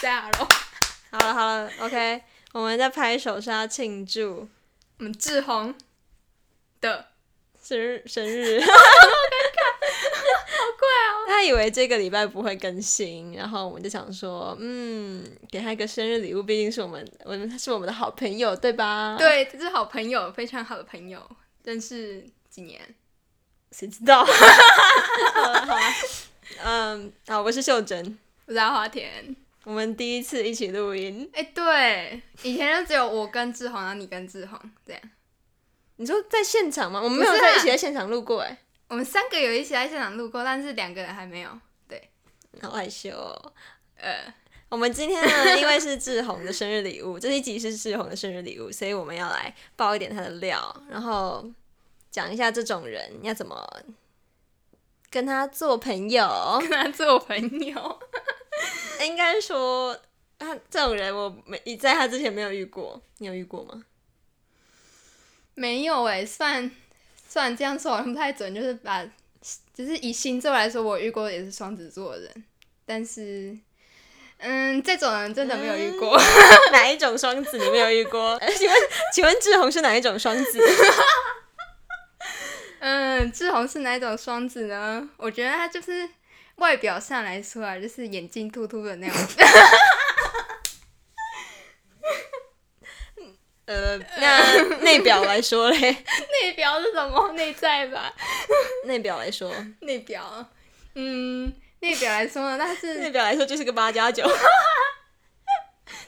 下喽。好了好了，OK，我们在拍手是要庆祝 我们志宏的生日生 日，好贵哦，他以为这个礼拜不会更新，然后我们就想说，嗯，给他一个生日礼物，毕竟是我们我们他是我们的好朋友，对吧？，对，这是好朋友，非常好的朋友，认识几年，谁知道？好了好了，嗯，好，我是秀珍，我是阿华田。我们第一次一起录音，哎、对，以前就只有我跟志宏，然后你跟志宏这样，你说在现场吗？我们没有不是啊在一起在现场录过，哎，我们三个有一起在现场录过，但是两个人还没有。好害羞、哦。呃， 我们今天呢，因为是志宏的生日礼物，这一集是志宏的生日礼物，所以我们要来爆一点他的料，然后讲一下这种人要怎么跟他做朋友。 跟他做朋友，应该说，他这种人我没在他之前没有遇过，你有遇过吗？ 没有哎、算算这样说好像不太准，就是把，就是以星座来说，我遇过也是双子座的人，但是，嗯，这种人真的没有遇过。 哪一种双子你没有遇过？呃 请问，请问志宏是哪一种双 子？ 嗯，志宏是哪一种双子呢？我觉得他就是外表上来说啊，就是眼睛突突的那种。 呃，那内表来说嘞， 内表是什么？ 内在吧？内表来说，内表，嗯，内表来说呢，但内是表来说就是个八加九。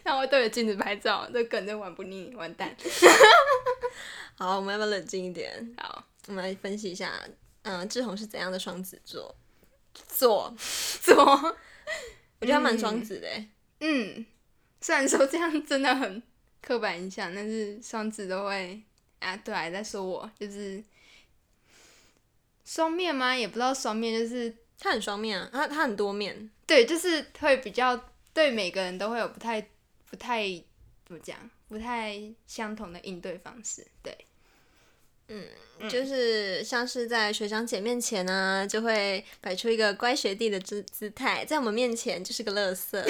让我对着镜子拍照，这梗真玩不腻，完蛋。好，我们要不要冷静一点？好，我们来分析一下，嗯、志宏是怎样的双子座？座，左，我觉得他蛮双子的欸、嗯，虽然说这样真的很刻板印象，但是双子都会啊，对啊，在说我就是双面吗？也不知道双面，就是他很双面啊，他他很多面，对，就是会比较对每个人都会有不太不太怎么讲，不太相同的应对方式。对，嗯就是像是在学长姐面前呢，就会摆出一个乖学弟的姿姿态，在我们面前就是个乐色。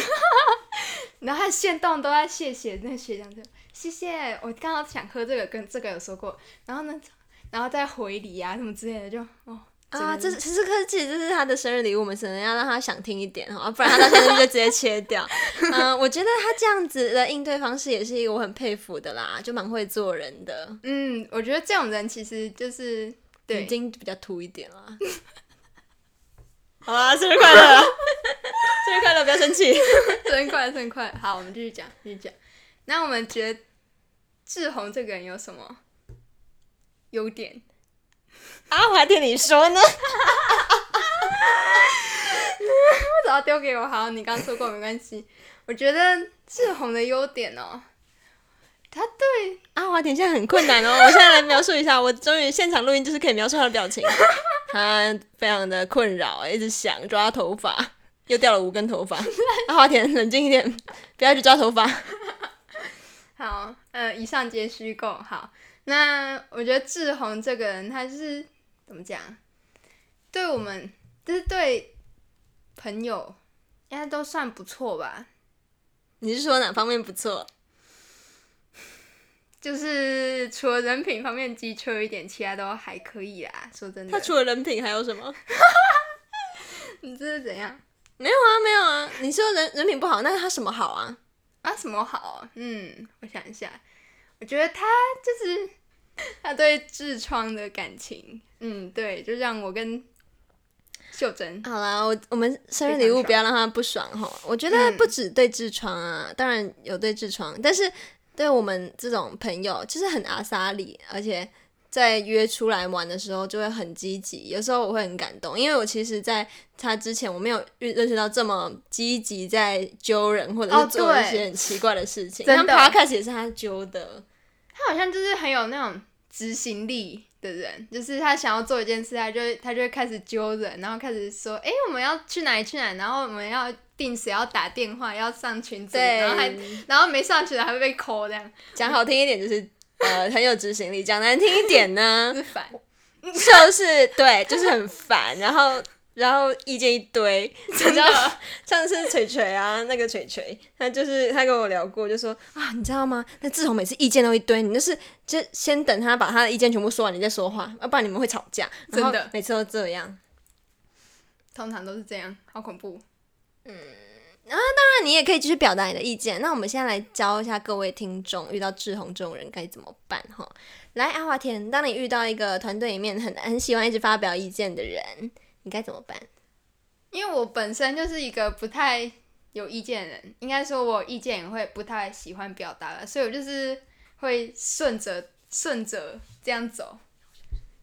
然后他现动都在谢谢那学长就谢谢，我刚刚想喝这个跟这个有说过，然后呢，然后再回礼啊什么之类的就哦 啊，这真是的其实科技，这是他的生日礼物，我们只能要让他想听一点哦哈，不然他到现在就直接切 掉。嗯，我觉得他这样子的应对方式也是一个我很佩服的啦，就蛮会做人的。嗯，我觉得这种人其实就是对眼，睛比较凸一点啦。 好啦，生日快乐！ 生日快乐，不要生 气。真快真快。好，我们继续讲，继续讲。那我们觉得志宏这个人有什么优点？啊，我还听你说呢。只要丢给我，好，你刚说过没关系。 我觉得志宏的优点哦，他对啊，华田现在很困难哦，我现在来描述一下，我终于现场录音就是可以描述他的 表情，他非常的困扰，一直想抓头发，又掉了五根头发。啊，华田冷静一点，不要去抓头发。好，呃，以上皆虚构。好，那我觉得志宏这个人，他就是怎么讲，对我们就是对朋友，应该都算不错吧。你是说哪方面不错？就是除了人品方面机车一点，其他都还可以啦。说真他的，除了人品还有什么？你这是怎样没有啊，没有啊。你说人人品不好，那他什么好啊？啊？什么好？嗯，我想一下，我觉得他就是 他对痔疮的感情，嗯，对，就让我跟秀珍好啦，我我们生日礼物不要让他不爽哈。我觉得嗯不止对痔疮啊，当然有对痔疮，但是对我们这种朋友就是很阿莎里，而且在约出来玩的时候就会很积极。有时候我会很感动，因为我其实在他之前我没有认识到这么积极在揪人或者哦是做一对些很奇怪的事情。 真的像 podcast 也是他揪的，他好像就是很有那种执行力的人，就是他想要做一件事，他就会他就会开始揪人，然后开始说，哎、我们要去哪里去哪里，然后我们要定时要打电话，要上群组，然后还对，然后没上群的还会被扣，这样讲好听一点就是呃很有执行力，讲难听一点呢就。是烦。就是对，就是很烦。然后然后意见一堆， 真的，上次锤锤啊，那个锤锤，他就是他跟我聊过，就说啊，你知道吗？那志宏每次意见都一堆，你就是就先等他把他的意见全部说完，你再说话，啊要不然你们会吵架。真的然后每次都这样。通常都是这样，好恐怖。那你也可以继续表达你的意见。那我们现在来教一下各位听众，遇到志宏这种人该怎么办哈？来，阿华田，当你遇到一个团队里面很很喜欢一直发表意见的人，你该怎么办？因为我本身就是一个不太有意见的人，应该说我意见也会不太喜欢表达了，所以我就是会顺着顺着这样走。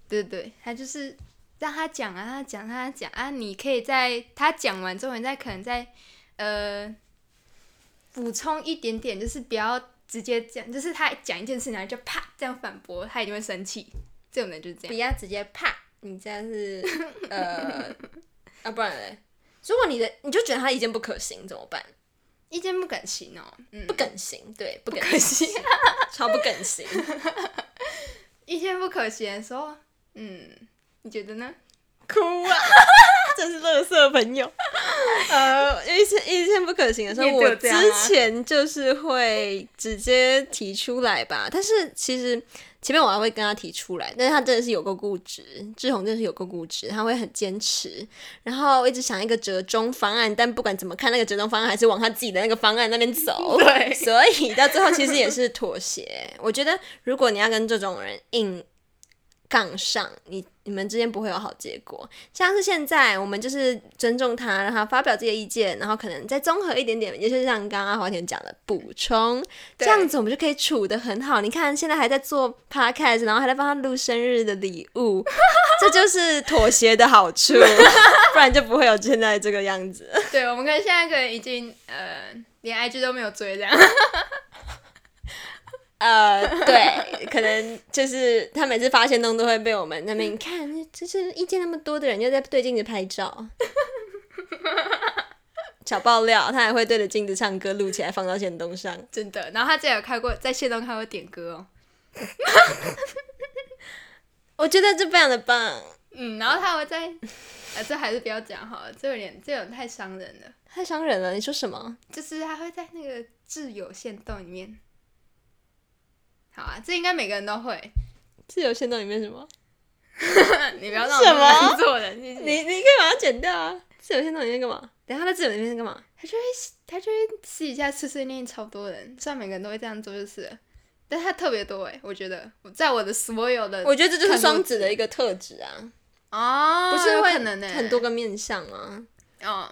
对对对，他就是让他讲啊，让他讲，让他讲啊，你可以在他讲完之后，你再可能再呃补充一点点，就是不要直接讲，就是他讲一件事，然后就啪这样反驳，他一定会生气。这种人就是这不样，要直接啪，你这样是呃，要、不然嘞，如果你的你就觉得他意见不可行怎么办？意见不敢行哦，嗯，不梗行，对，不梗可惜。超不梗行。一天不可行的时候，嗯，你觉得呢？ 哭啊！真是乐色朋友。呃，一线一线不可行的时候，你也只有我这之样啊前就是会直接提出来吧。但是其实前面我还会跟他提出来，但是他真的是有够固执，志宏真的是有够固执，他会很坚持，然后一直想一个折中方案，但不管怎么看，那个折中方案还是往他自己的那个方案那边 走。对所以到最后其实也是妥协。我觉得如果你要跟这种人硬杠上，你你们之间不会有好结果。像是现在，我们就是尊重他，让他发表自己的意见，然后可能再综合一点点，也就是像刚刚阿华田讲的补充，对这样子我们就可以处得很好。你看，现在还在做 podcast，然后还在帮他录生日的礼物， 这就是妥协的好处， 不然就不会有现在这个样子。对，我们跟现在可能已经呃，连 IG 都没有追这样。呃，对，可能就是他每次发现东都会被我们那边你看，就是意见那么多的人又在对镜子拍照。小爆料，他还会对着镜子唱歌，录起来放到线东上。 真的。然后他之前有开过，在线动开过点歌哦，我觉得这非常的棒，嗯，然后他会在， 呃，这还是不要讲好了，这有点这有点太伤人了。太伤人了。你说什么？就是他会在那个挚友线动里面，好啊，这应该每个人都会，自由线动里面什么？你不要让我那么什么难做人，谢谢你你可以把它剪掉啊！自由线动里面干嘛？等一下他在自由里面干嘛？他就会他就会私底下碎碎念超多人，虽然每个人都会这样做就是了，但他特别多哎，我觉得我在我的所有的我觉得这就是看多双子的一个特质啊，哦，不是有会可能欸呢，很多个面相啊，哦，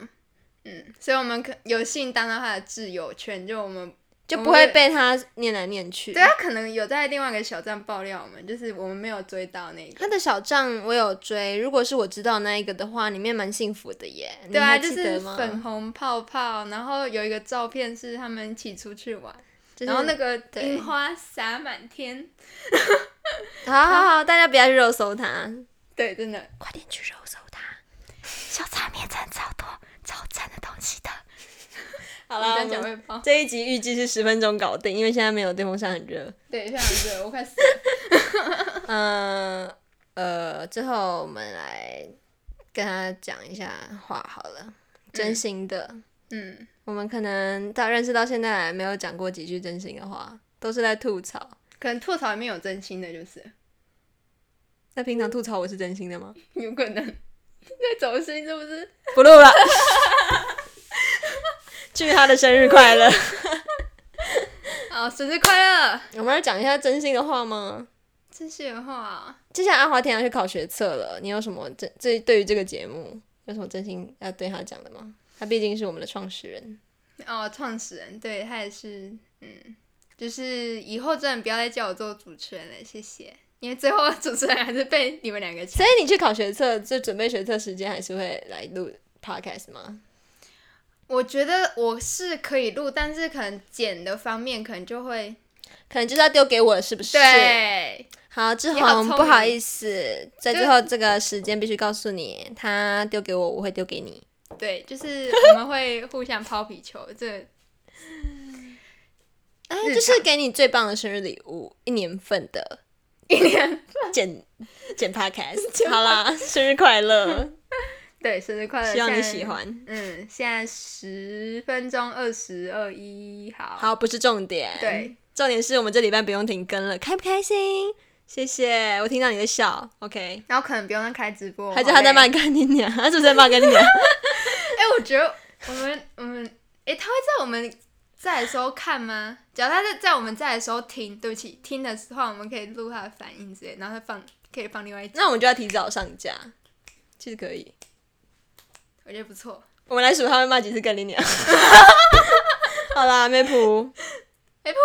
嗯，所以我们可有幸当到他的挚友圈，就我们就我不们会也被他念来念去。对他啊可能有在另外一个小站爆料我们，就是我们没有追到那个他，的小账我有追，如果是我知道那一个的话，里面蛮幸福的耶。你对啊，还就记是得吗粉，红泡泡，然后有一个照片是他们一起出去玩，就是然后那个对樱花洒满天，好好好，大家不要去肉搜他，对，真的快点去肉搜他。小炒面真超多超赞的东西的。 好我们了，我这样讲们会爆，这一集预计是十分钟搞定，因为现在没有电风扇很热。对，非常热，我快死了。嗯呃，最后我们来跟他讲一下话好了，真心的，嗯，我们可能到认识到现在来没有讲过几句真心的话，都是在吐槽。可能吐槽里面有真心的，就是那平常吐槽我是真心的吗？有可能在走心，是不是？不录 了。祝他的生日快乐！好，哦生日快乐！ 我们要讲一下真心的话吗？真心的话，接下来阿华田要去考学测了，你有什么真这对于这个节目有什么真心要对他讲的吗？他毕竟是我们的创始人，哦，创始人，对他也是，嗯，就是以后真的不要再叫我做主持人了，谢谢。因为最后主持人还是被你们两个抢。所哎以你去考学测，就准备学测时间还是会来录 podcast 吗？我觉得我是可以录，但是可能剪的方面可能就会可能就是要丢给我了，是不是？。对，好，志你好宏，聪明不好意思，在最后这个时间必须告诉你，他丢给我，我会丢给你。对，就是我们会互相抛皮球，这哎，日这是给你最棒的生日礼物，一年份 的， 一年份剪剪 podcast，好啦，生日快乐！对，生日快乐！希望你现在喜。欢。嗯，现在十分钟二十二一，好，，好，嗯不是重点，对，重点是我们这礼拜不用停更了，开不开心？谢谢，我听到你的笑，OK。然后可能不用再开直播，还是他在慢。骂干你娘，他是不是在骂干你娘？ 哎、我觉得我们我们哎、他会在我们在的时候看吗？只要他在在我们在的时候听，对不起，听的话我们可以录他的反应之类，然后再放可以放另外一集，那我们就要提早上架，其实可以。我觉得不错。我们来数他会骂几次干你娘。好啦，妹仆，哎、不，